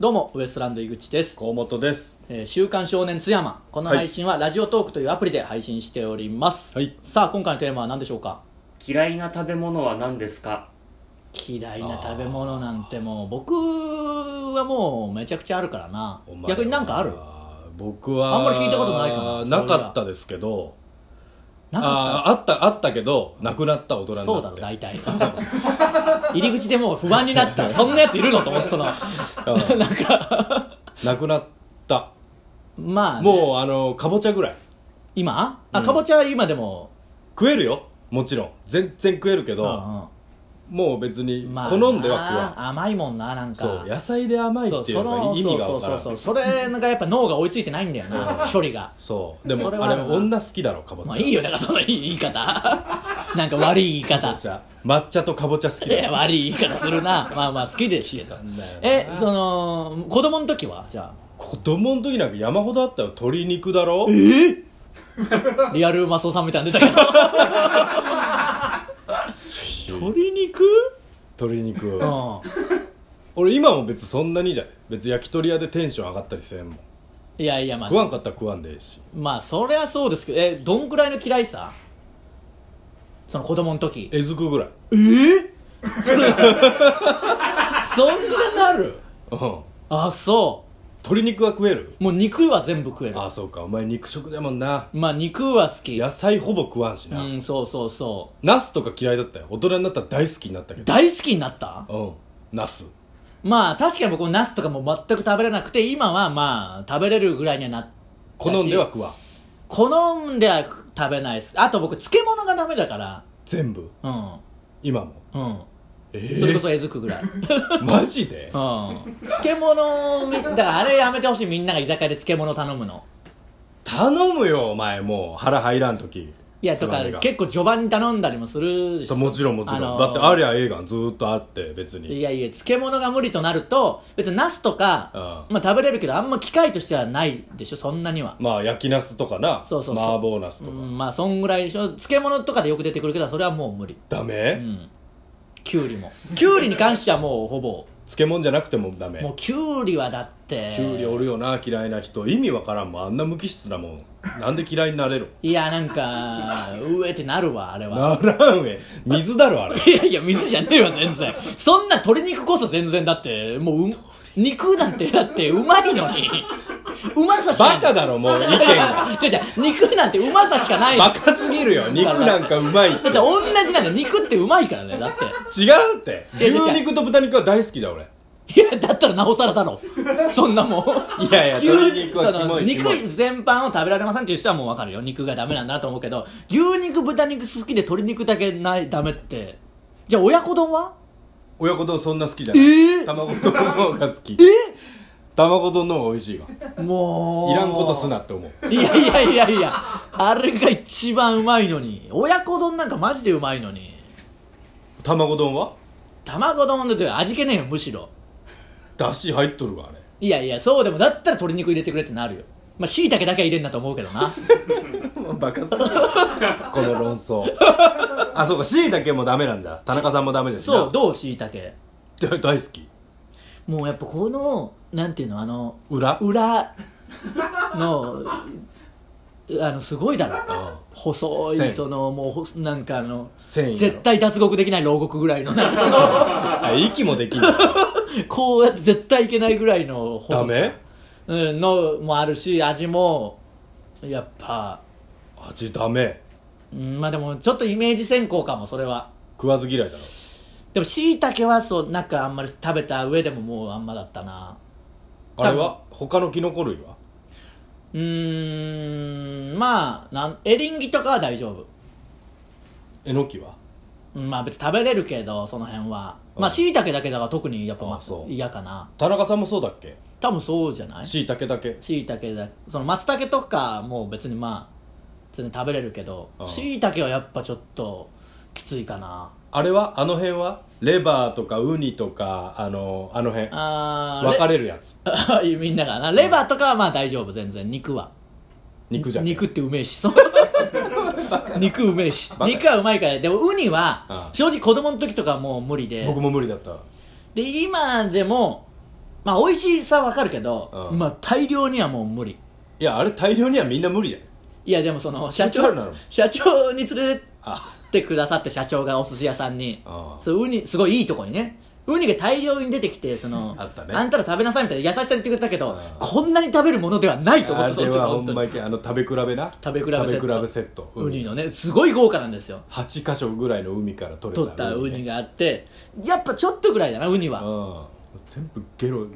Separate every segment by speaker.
Speaker 1: どうもウエストランド井口です、
Speaker 2: 河本です
Speaker 1: えー週刊少年津山この
Speaker 2: はい
Speaker 1: 配信はラジオトークというアプリで配信しております、
Speaker 2: はい
Speaker 1: さあ今回のテーマは何でしょうか
Speaker 3: 嫌いな食べ物は何ですか
Speaker 1: 嫌いな食べ物なんてもう僕はもうめちゃくちゃあるからな
Speaker 2: お前は
Speaker 1: 逆になんかある
Speaker 2: 僕は
Speaker 1: あんまり聞いたことないかな
Speaker 2: なかったですけど
Speaker 1: な
Speaker 2: あ
Speaker 1: か
Speaker 2: ーあったあったけどなくなった大人
Speaker 1: っ
Speaker 2: に
Speaker 1: た
Speaker 2: なって
Speaker 1: そうだろ大体 入り口でもう不安にな ったそんなやついるのと思ってその
Speaker 2: う ん
Speaker 1: なんか
Speaker 2: なくなった
Speaker 1: まあ、ね、
Speaker 2: もうあのかぼちゃぐらい
Speaker 1: 今あ
Speaker 2: うん
Speaker 1: かぼちゃは今でも、
Speaker 2: 食えるよもちろん全然食えるけ
Speaker 1: う
Speaker 2: ど、
Speaker 1: ん
Speaker 2: もう別に
Speaker 1: うん
Speaker 2: 好んでは食わん、
Speaker 1: なあ甘いもんななんか
Speaker 2: そう野菜で甘い
Speaker 1: そ
Speaker 2: っ
Speaker 1: う
Speaker 2: ていう
Speaker 1: そ
Speaker 2: のが
Speaker 1: の
Speaker 2: 意味が分からん
Speaker 1: そ
Speaker 2: そうう
Speaker 1: そうそうそれがやっぱ脳が追いついてないんだよな処理が
Speaker 2: でも
Speaker 1: それはあ
Speaker 2: あ
Speaker 1: る
Speaker 2: れ
Speaker 1: な
Speaker 2: 女好きだろかぼちゃ、
Speaker 1: まあいいよだからその言い方 なんか悪い言い
Speaker 2: かぼ
Speaker 1: 方
Speaker 2: ちゃ抹茶とかぼちゃ好き
Speaker 1: い
Speaker 2: だ
Speaker 1: や
Speaker 2: よ
Speaker 1: 悪い言い方するなまあまあ好きですけどえその子供の時はじゃ
Speaker 2: 子供の時なんか山ほどあったよ鶏肉だろ
Speaker 1: あリアルマスオさんみたいなの出たけど 鶏肉
Speaker 2: 鶏肉、
Speaker 1: うん
Speaker 2: 俺今も別にそんなにじゃない別に焼き鳥屋でテンション上がったりせんもん
Speaker 1: いやいやま
Speaker 2: 食
Speaker 1: あ
Speaker 2: わんかったら食わんでええし
Speaker 1: まあそりゃそうですけどえどんぐらいの嫌いさその子供の時
Speaker 2: えずくぐらい
Speaker 1: そんななる
Speaker 2: うん
Speaker 1: あそ
Speaker 2: 鶏肉は食える
Speaker 1: うもう肉は全部食える
Speaker 2: ああそうかお前肉食だもんな
Speaker 1: まあ肉は好き
Speaker 2: 野菜ほぼ食わんし
Speaker 1: う
Speaker 2: な、
Speaker 1: んそうそうそ
Speaker 2: ナスとか嫌いだったよ大人になったら大好きになったけ
Speaker 1: う
Speaker 2: ど
Speaker 1: 大好きになった
Speaker 2: うんナス
Speaker 1: まあ確かに僕もナスとかも全く食べれなくて今はまあ食べれるぐらいにはなったし
Speaker 2: 好んでは食わん
Speaker 1: 好んでは食べないですあと僕漬物がダメだから
Speaker 2: 全部
Speaker 1: うん
Speaker 2: 今も
Speaker 1: うん
Speaker 2: え
Speaker 1: それこそえずく ぐらい、うん、
Speaker 2: マジで
Speaker 1: 漬物みだからあれやめてほしいみんなが居酒屋で漬物頼むの
Speaker 2: 頼むよお前もう腹入らん時
Speaker 1: いやとか
Speaker 2: つまみが
Speaker 1: 結構序盤に頼んだりもするし
Speaker 2: もちろんもちろん、
Speaker 1: あのー
Speaker 2: だってありゃええがんずーっとあって別に
Speaker 1: いやいや漬物が無理となると別にナスとか、
Speaker 2: うん
Speaker 1: まあ、食べれるけどあんま機会としてはないでしょそんなには
Speaker 2: まあ焼きナスとかな
Speaker 1: そうそうそう
Speaker 2: 麻婆ナスと
Speaker 1: う
Speaker 2: か、
Speaker 1: んまあそんぐらいでしょ漬物とかでよく出てくるけどそれはもう無理
Speaker 2: ダメ、
Speaker 1: うんきゅうりもきゅうりに関してはもうほぼ
Speaker 2: 漬物じゃなくてもダメ
Speaker 1: もうきゅうりはだって
Speaker 2: キュウリおるよな嫌いな人意味わからんもんあんな無機質なも んなんで嫌いになれる
Speaker 1: いやなんかうえってなるわあれは
Speaker 2: ならんえ水 だろあれ
Speaker 1: いやいや水じゃねえわ全然そんな鶏肉こそ全然だってもうう肉なんてだってうまいのにうまさしか
Speaker 2: バ
Speaker 1: ない
Speaker 2: カだろもう意見 が
Speaker 1: 違う違う肉なんてうまさしかないの
Speaker 2: バカすぎ るよ肉なんかうまいっ
Speaker 1: だ
Speaker 2: て
Speaker 1: って同じなんだよ肉ってうまいからねだって
Speaker 2: 違うって
Speaker 1: 違う違う
Speaker 2: 牛肉と豚肉は大好きだ俺
Speaker 1: いやだったらなおさらだろそんなもん
Speaker 2: いやいや
Speaker 1: 牛
Speaker 2: 鶏肉はキモいキモ
Speaker 1: 肉
Speaker 2: い
Speaker 1: 全般を食べられませんっていう人はもう分かるよ肉がダメなんだなと思うけど牛肉豚肉好きで鶏肉だけないダメってじゃあ親子丼は
Speaker 2: 親子丼そんな好きじゃない、
Speaker 1: えー
Speaker 2: 卵丼の方が好き卵丼の方が美味しいわい
Speaker 1: もうい
Speaker 2: らんことすなって思う
Speaker 1: いやいやいやいやあれが一番うまいのに親子丼なんかマジでうまいのに
Speaker 2: 卵丼は
Speaker 1: 卵丼だって味気ねえよむしろ
Speaker 2: だし入っとるわあれ
Speaker 1: いやいやそうでもだったら鶏肉入れてくれってなるよまあ椎茸だけは入れんなと思うけどな
Speaker 2: バカすぎるこの論争あそうかしいだけもダメなんだ田中さんもダメですな
Speaker 1: そうどう椎茸
Speaker 2: だ大好き
Speaker 1: もうやっぱこのなんていうのあの
Speaker 2: 裏
Speaker 1: 裏のあのすごいだろ
Speaker 2: あ
Speaker 1: 細い
Speaker 2: 線
Speaker 1: そのもうほなんかあの
Speaker 2: 繊維
Speaker 1: 絶対脱獄できない牢獄ぐらいのなんかその
Speaker 2: あ息もできんの
Speaker 1: こうやって絶対いけないぐらいの細さ
Speaker 2: ダメ
Speaker 1: うん、のもあるし味もやっぱ、
Speaker 2: 味ダメ
Speaker 1: うん、まあでもちょっとイメージ先行かもそれは
Speaker 2: 食わず嫌いだろ
Speaker 1: でも椎茸はそうなんかあんまり食べた上でももうあんまだったな
Speaker 2: あれは他のキノコ類は
Speaker 1: うーんまあなんエリンギとかは大丈夫
Speaker 2: えのきは
Speaker 1: うんまあ別に食べれるけどその辺は
Speaker 2: うん
Speaker 1: まあしいたけだけだから特にやっぱま
Speaker 2: あそう
Speaker 1: 嫌かな
Speaker 2: 田中さんもそうだっけ
Speaker 1: 多分そうじゃない
Speaker 2: しいたけだけ
Speaker 1: しいたけだその松茸とかも別にまあ全然食べれるけど
Speaker 2: うん
Speaker 1: しいたけはやっぱちょっときついかな
Speaker 2: あれはあの辺はレバーとかウニとかあのあの辺
Speaker 1: あー
Speaker 2: 分かれるやつ
Speaker 1: れ みんながなレバーとかはまあ大丈夫全然肉は
Speaker 2: 肉じゃけ
Speaker 1: 肉ってうめえ しそう肉うめえし
Speaker 2: バカ
Speaker 1: 肉はうまいからでもウニ
Speaker 2: あ
Speaker 1: は
Speaker 2: あ
Speaker 1: 正直子供の時とかはもう無理で
Speaker 2: 僕も無理だった
Speaker 1: で今でもまあ美味しさわかるけど、
Speaker 2: うん
Speaker 1: まあ大量にはもう無理
Speaker 2: いやあれ大量にはみんな無理だよ
Speaker 1: いやでもその社
Speaker 2: 気持ち悪い
Speaker 1: 長
Speaker 2: な
Speaker 1: 社長に連れて
Speaker 2: あ
Speaker 1: ってくださって社長がお寿司屋さんに
Speaker 2: ああ
Speaker 1: そうウニすごいいいとこにねウニが大量に出てきてその
Speaker 2: あったね
Speaker 1: んたら食べなさいみたいな優しさで言ってくれたけど
Speaker 2: ああ
Speaker 1: こんなに食べるものではないと思っ
Speaker 2: あ
Speaker 1: てそ
Speaker 2: れ
Speaker 1: の時
Speaker 2: は
Speaker 1: は
Speaker 2: ほ
Speaker 1: 本
Speaker 2: ん
Speaker 1: 当
Speaker 2: ま
Speaker 1: に
Speaker 2: にあの食べ比べな
Speaker 1: 食べ比べセット
Speaker 2: 食べ比べセット
Speaker 1: ウニのねすごい豪華なんですよ
Speaker 2: 8か所ぐらいの海から取れ
Speaker 1: 取
Speaker 2: た
Speaker 1: ったウニ
Speaker 2: が
Speaker 1: があってやっぱちょっとぐらいだなウニは
Speaker 2: うん全部ゲロ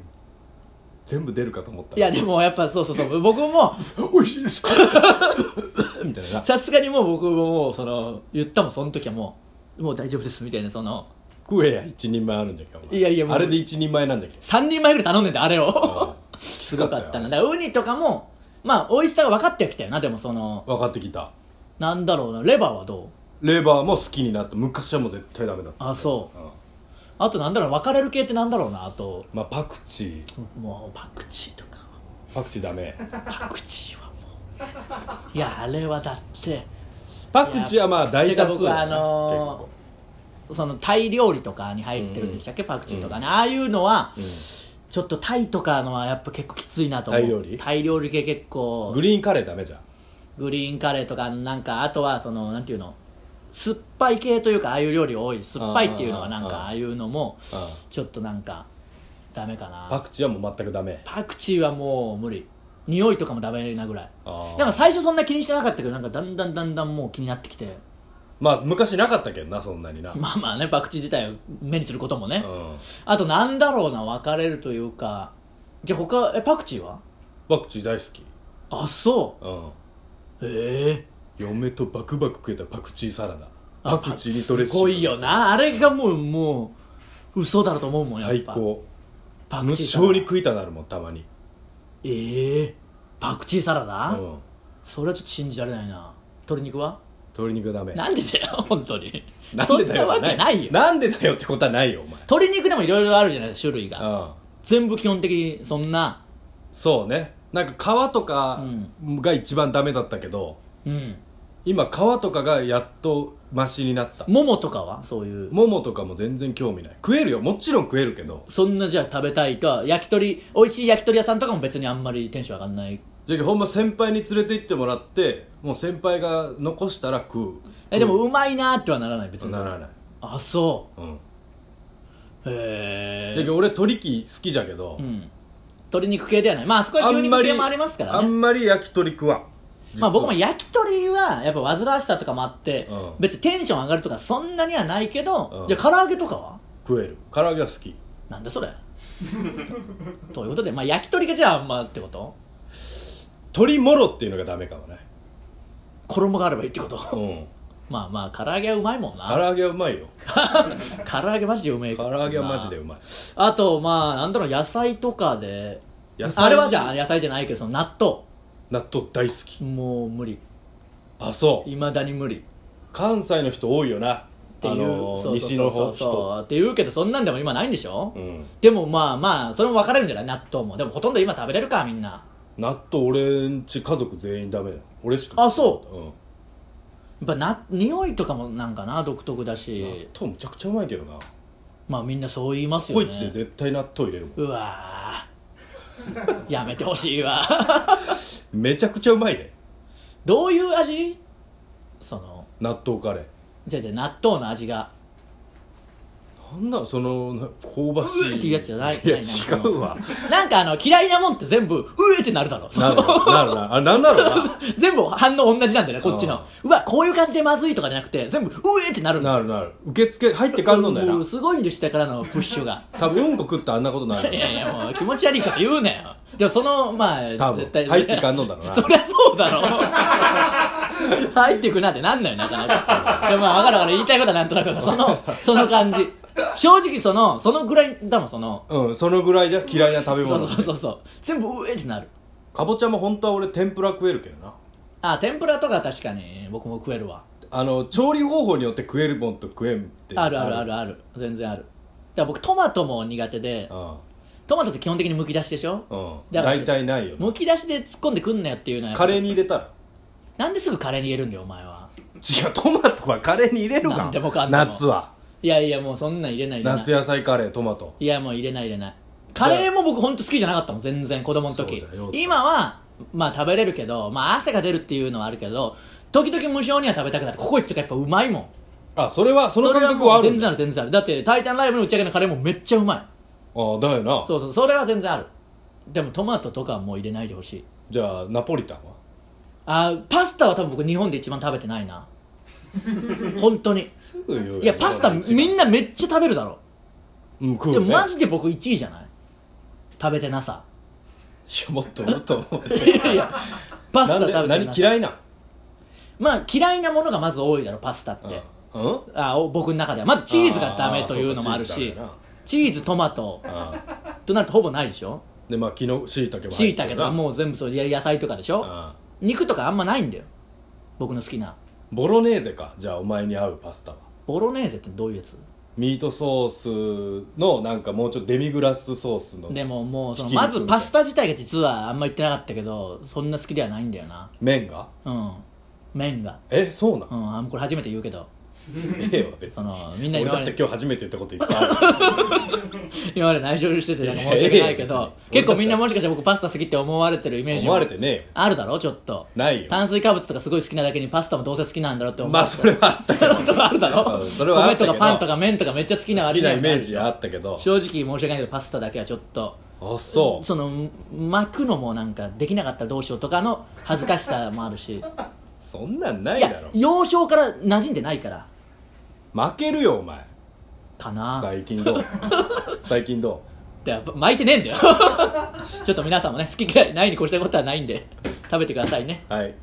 Speaker 2: 全部出るかと思った
Speaker 1: いやでもやっぱそうそうそう僕も
Speaker 2: 美味しいですか みたいな
Speaker 1: さすがにもう僕ももうその言ったもんその時はもうもう大丈夫ですみたいなその
Speaker 2: 食えや一人前あるんだけどお前
Speaker 1: いやいやもう
Speaker 2: あれで一人前なんだけど
Speaker 1: 3人前ぐらい頼んでんだあれ
Speaker 2: うん
Speaker 1: を
Speaker 2: きつ
Speaker 1: すご
Speaker 2: かった
Speaker 1: か
Speaker 2: よ
Speaker 1: ったなだからウニとかもまあ美味しさが分かってきたよなでもその
Speaker 2: 分かってきた
Speaker 1: なんだろうなレバーはどう
Speaker 2: レバーも好きになった昔はもう絶対ダメだった、
Speaker 1: あそう
Speaker 2: うん
Speaker 1: あとなんだろう分かれる系ってなんだろうなあと
Speaker 2: まあパクチー
Speaker 1: もうパクチーとか
Speaker 2: パクチーダメ
Speaker 1: パクチーはもういやあれはだって
Speaker 2: パクチーはまあ
Speaker 1: て
Speaker 2: 大多数
Speaker 1: か僕は
Speaker 2: だ
Speaker 1: あ
Speaker 2: ね
Speaker 1: のそのタイ料理とかに入ってるんでしたっけ、パクチーとかね、ああいうのは、
Speaker 2: 結
Speaker 1: ちょっとタイとかのはやっぱ結構きついなと思う
Speaker 2: タイ料理
Speaker 1: タイ料理系結
Speaker 2: 構
Speaker 1: 構
Speaker 2: グ
Speaker 1: グリ
Speaker 2: リーンカレーダメじゃん
Speaker 1: ーンカレーとかなんかあとはそのなんていうの酸っぱい系というかああいう料理多い酸っぱいっていうのはなん
Speaker 2: あーあー
Speaker 1: か
Speaker 2: あー
Speaker 1: ああいうのも
Speaker 2: うん
Speaker 1: ちょっとなんかダメかな
Speaker 2: パクチーはもう全くダメ
Speaker 1: パクチーはもう無理匂いとかもダメなぐらい
Speaker 2: あー
Speaker 1: なんか最初そんな気にしてなかったけどなんかだんだんだんだんもう気になってきて
Speaker 2: まあ昔なかったけどなそんなにな、
Speaker 1: まあまあねパクチー自体を目にすることもね、
Speaker 2: うん、
Speaker 1: あとなんだろうな分かれるというかじゃあ他えパクチーは
Speaker 2: パクチー大好き、
Speaker 1: あそ
Speaker 2: うん、
Speaker 1: うへえ
Speaker 2: 嫁とバクバク食えたパクチーサラダ
Speaker 1: あ
Speaker 2: パクチーにドレッ
Speaker 1: す
Speaker 2: シング
Speaker 1: ごいよなあれがもうもう嘘だろと思うもんやっ
Speaker 2: 最
Speaker 1: ぱ
Speaker 2: 高
Speaker 1: パ
Speaker 2: 無
Speaker 1: クチーサラ
Speaker 2: 性
Speaker 1: ダ
Speaker 2: に食いたなるもんたまに
Speaker 1: ええパクチーサラ
Speaker 2: う
Speaker 1: ダ、
Speaker 2: ん
Speaker 1: それはちょっと信じられないな鶏肉は
Speaker 2: 鶏肉ダメ
Speaker 1: なんでだ よ本当に
Speaker 2: なんでだ
Speaker 1: そんな
Speaker 2: よ
Speaker 1: わ
Speaker 2: じ
Speaker 1: け
Speaker 2: ゃ
Speaker 1: ないよ
Speaker 2: なんでだよってことはないよお前
Speaker 1: 鶏肉でもいろいろあるじゃないですか種類が
Speaker 2: うん
Speaker 1: 全部基本的にそんな
Speaker 2: そうねなんか皮とかが一番ダメだったけど、
Speaker 1: うん
Speaker 2: 今皮とかがやっとマシになった
Speaker 1: ももとかはそういう
Speaker 2: ももとかも全然興味ない食えるよもちろん食えるけど
Speaker 1: そんなじゃあ食べたいか焼き鳥美味しい焼き鳥屋さんとかも別にあんまりテンション上がんない
Speaker 2: じゃあほんま先輩に連れて行ってもらってもう先輩が残したら食う
Speaker 1: えでもうまいなーってはならない別
Speaker 2: 食う
Speaker 1: に
Speaker 2: ならない
Speaker 1: あそ
Speaker 2: うん
Speaker 1: うへ
Speaker 2: だけ
Speaker 1: え
Speaker 2: ど俺鳥貴好きじゃけど、
Speaker 1: うん鶏肉系ではないまああそこは
Speaker 2: あ
Speaker 1: 牛
Speaker 2: ん
Speaker 1: 肉
Speaker 2: まり
Speaker 1: 系もありますから
Speaker 2: あ
Speaker 1: ね
Speaker 2: んまり焼き鳥食わん
Speaker 1: まあ僕も
Speaker 2: 実は
Speaker 1: 焼き鳥はやっぱ煩わしさとかもあって、
Speaker 2: うん
Speaker 1: 別にテンション上がるとかそんなにはないけど、
Speaker 2: うん
Speaker 1: じゃあ唐揚げとかは
Speaker 2: 食える唐揚げは好き
Speaker 1: なんだそれ ということで、まあ、焼き鳥がじゃああんまってこと
Speaker 2: 鳥もろっていうのがダメ かもね
Speaker 1: 衣があればいいってこと
Speaker 2: うん
Speaker 1: まあまあ唐揚げはうまいもん
Speaker 2: 唐
Speaker 1: な
Speaker 2: 揚げはうまいよ
Speaker 1: 唐揚げマジでうめえ
Speaker 2: 唐揚げはマジでうまい
Speaker 1: あとまあなんだろう野菜とかで
Speaker 2: 野菜
Speaker 1: あれはじゃあ野菜じゃないけどその納豆
Speaker 2: 納豆大好き
Speaker 1: もう無理
Speaker 2: あそう
Speaker 1: いまだに無理
Speaker 2: 関西の人多いよな
Speaker 1: って
Speaker 2: あ
Speaker 1: いう
Speaker 2: の
Speaker 1: そうそう
Speaker 2: 西の
Speaker 1: そう
Speaker 2: 方
Speaker 1: そう
Speaker 2: 人
Speaker 1: って言うけどそんなんでも今ないんでしょ、
Speaker 2: うん
Speaker 1: でもまあまあそれも分かれるんじゃない納豆もでもほとんど今食べれるかみんな
Speaker 2: 納豆俺んち家族全員ダメだよ俺しか、
Speaker 1: あそう
Speaker 2: うん、
Speaker 1: やっぱな匂いとかもなんかな独特だ
Speaker 2: 納
Speaker 1: し
Speaker 2: 豆むちゃくちゃうまいけどな
Speaker 1: まあみんなそう言いますよ
Speaker 2: コ
Speaker 1: ね
Speaker 2: イチで絶対納豆入れるも
Speaker 1: うわーやめてほしいわ
Speaker 2: んめちゃくちゃうまいで
Speaker 1: どういう味その
Speaker 2: 納豆カレー
Speaker 1: じゃあじゃあ納豆の味が
Speaker 2: なんだそのな香ばし
Speaker 1: う
Speaker 2: い
Speaker 1: えっていうやつじゃない
Speaker 2: いや違
Speaker 1: ないなんか
Speaker 2: うわ
Speaker 1: なんかあの嫌いなもんって全部うえってなるだろ
Speaker 2: なるなるなあなんだろうな
Speaker 1: 全部反応同じなんだよねこっちのうわこういう感じでまずいとかじゃなくて全部うえってなるんだ
Speaker 2: なるなる受付入ってかんのんだよ
Speaker 1: もう
Speaker 2: な
Speaker 1: すごいんで下からのプッシュが
Speaker 2: 多分うんこ食ったらあんなことにないるよ
Speaker 1: やいやもう気持ち悪いこと言うなよでもそのま
Speaker 2: 多
Speaker 1: あ
Speaker 2: 分
Speaker 1: 絶対
Speaker 2: 入ってかんのんだろうな
Speaker 1: そりゃそうだろ 入ってくなってなんだよなかなかでもまあ分かる分かる言いたいことはなんとなく分かるそのその感じ正直そのそのぐらいだもんその
Speaker 2: うんそのぐらいじゃ嫌いな食べ
Speaker 1: そう
Speaker 2: 物
Speaker 1: そうそうそう全部うえってなる
Speaker 2: かぼちゃも本当は俺天ぷら食えるけどな
Speaker 1: あ天ぷらとか確かに僕も食えるわ
Speaker 2: あの調理方法によって食えるもんと食えんって
Speaker 1: あるあるあるある全然あるだから僕トマトも苦手でトマトって基本的にむき出しでしょ
Speaker 2: うんうん
Speaker 1: だから
Speaker 2: 大体ないよ
Speaker 1: むき出しで突っ込んでくんなよっていうのはやっぱ
Speaker 2: カレーに入れたら
Speaker 1: なんですぐカレーに入れるんだよお前は
Speaker 2: 違うトマトはカレーに入れる
Speaker 1: な
Speaker 2: か
Speaker 1: んでもかんでも
Speaker 2: 夏はい
Speaker 1: やいやもうそんなん入れない入れない
Speaker 2: 夏野菜カレートマト
Speaker 1: いやもう入れない入れないカレーも僕本当好きじゃなかったもん全然子供の時
Speaker 2: そうだよ
Speaker 1: 今はまあ食べれるけどまあ汗が出るっていうのはあるけど時々無性には食べたくなるココイチとかやっぱうまいもん
Speaker 2: あそれはその
Speaker 1: れ
Speaker 2: 感
Speaker 1: は
Speaker 2: 覚は
Speaker 1: も
Speaker 2: あ
Speaker 1: う
Speaker 2: る
Speaker 1: 全然
Speaker 2: んだ
Speaker 1: ある全然あるだって「タイタンライブ」の打ち上げのカレーもめっちゃうまい
Speaker 2: あだよな
Speaker 1: そうそうそれは全然あるでもトマトとかはもう入れないでほしい
Speaker 2: じゃあナポリタンは
Speaker 1: あーパスタは多分僕日本で一番食べてない な本当に
Speaker 2: すぐ言うよ
Speaker 1: いやパスタみん
Speaker 2: な、
Speaker 1: なめっちゃ食べるだろ
Speaker 2: うん、食う
Speaker 1: で
Speaker 2: ね
Speaker 1: もマジで僕1位じゃない食べてなさ
Speaker 2: いやもっともっともっと
Speaker 1: いやいや パスタ食べてな
Speaker 2: な
Speaker 1: さ
Speaker 2: んで何嫌いなん
Speaker 1: まあ嫌いなものがまず多いだろパスタって、
Speaker 2: うんうん
Speaker 1: あお僕の中ではまずチーズがダメというのもある
Speaker 2: あーそう
Speaker 1: し
Speaker 2: かチーズダメな
Speaker 1: チーズトマト
Speaker 2: あ
Speaker 1: となるとほぼないでしょ
Speaker 2: ーでまあ昨日しいたけ
Speaker 1: しいたけとかもう全部それ野菜とかでしょ
Speaker 2: あ
Speaker 1: 肉とかあんまないんだよ僕の好きな
Speaker 2: ーボロネーゼかじゃあお前に合うパスタは
Speaker 1: ボロネーゼってどういうやつ
Speaker 2: ミートソースのなんかもうちょっとデミグラスソースの
Speaker 1: でももうその
Speaker 2: ひき肉
Speaker 1: ま
Speaker 2: みたい
Speaker 1: ずパスタ自体が実はあんま言ってなかったけどそんな好きではないんだよな
Speaker 2: 麺が
Speaker 1: うん麺が
Speaker 2: えそうな
Speaker 1: うんんあもうこれ初めて言うけど
Speaker 2: ええわ別
Speaker 1: そ
Speaker 2: に
Speaker 1: のみんな
Speaker 2: 俺
Speaker 1: 今
Speaker 2: だ
Speaker 1: ま
Speaker 2: って
Speaker 1: で
Speaker 2: 今日初めて言ったこといっぱいある
Speaker 1: 今まで内緒にしててなんか申し訳ないけ
Speaker 2: いやいや
Speaker 1: ど
Speaker 2: 別に
Speaker 1: 結構みんなもしかしたら僕パスタ好きって思われて るイメージ
Speaker 2: 思
Speaker 1: も
Speaker 2: われてね
Speaker 1: あるだろちょっと
Speaker 2: ないよ
Speaker 1: 炭水化物とかすごい好きなだけにパスタもどうせ好きなんだろうって
Speaker 2: えよ
Speaker 1: 思う、
Speaker 2: まあそれはあ ったけど
Speaker 1: とかあるだろ
Speaker 2: うんそれはあったけど
Speaker 1: 米とかパンとか麺とかめっちゃ好きな
Speaker 2: 好
Speaker 1: 割
Speaker 2: き
Speaker 1: に
Speaker 2: な
Speaker 1: は
Speaker 2: イメージあったけど
Speaker 1: 正直申し訳ないけどパスタだけはちょっと
Speaker 2: あそう
Speaker 1: その巻くのもなんかできなかったらどうしようとかの恥ずかしさもあるしい
Speaker 2: そん なんないだ
Speaker 1: や
Speaker 2: ろ
Speaker 1: 幼少から馴染んでないから
Speaker 2: 負けるよお前
Speaker 1: かな
Speaker 2: 最近どう最近ど
Speaker 1: でやっぱ巻いてねえ んだよちょっと皆さんもね好き嫌いないに越したことはないんで食べてくださいね
Speaker 2: うはい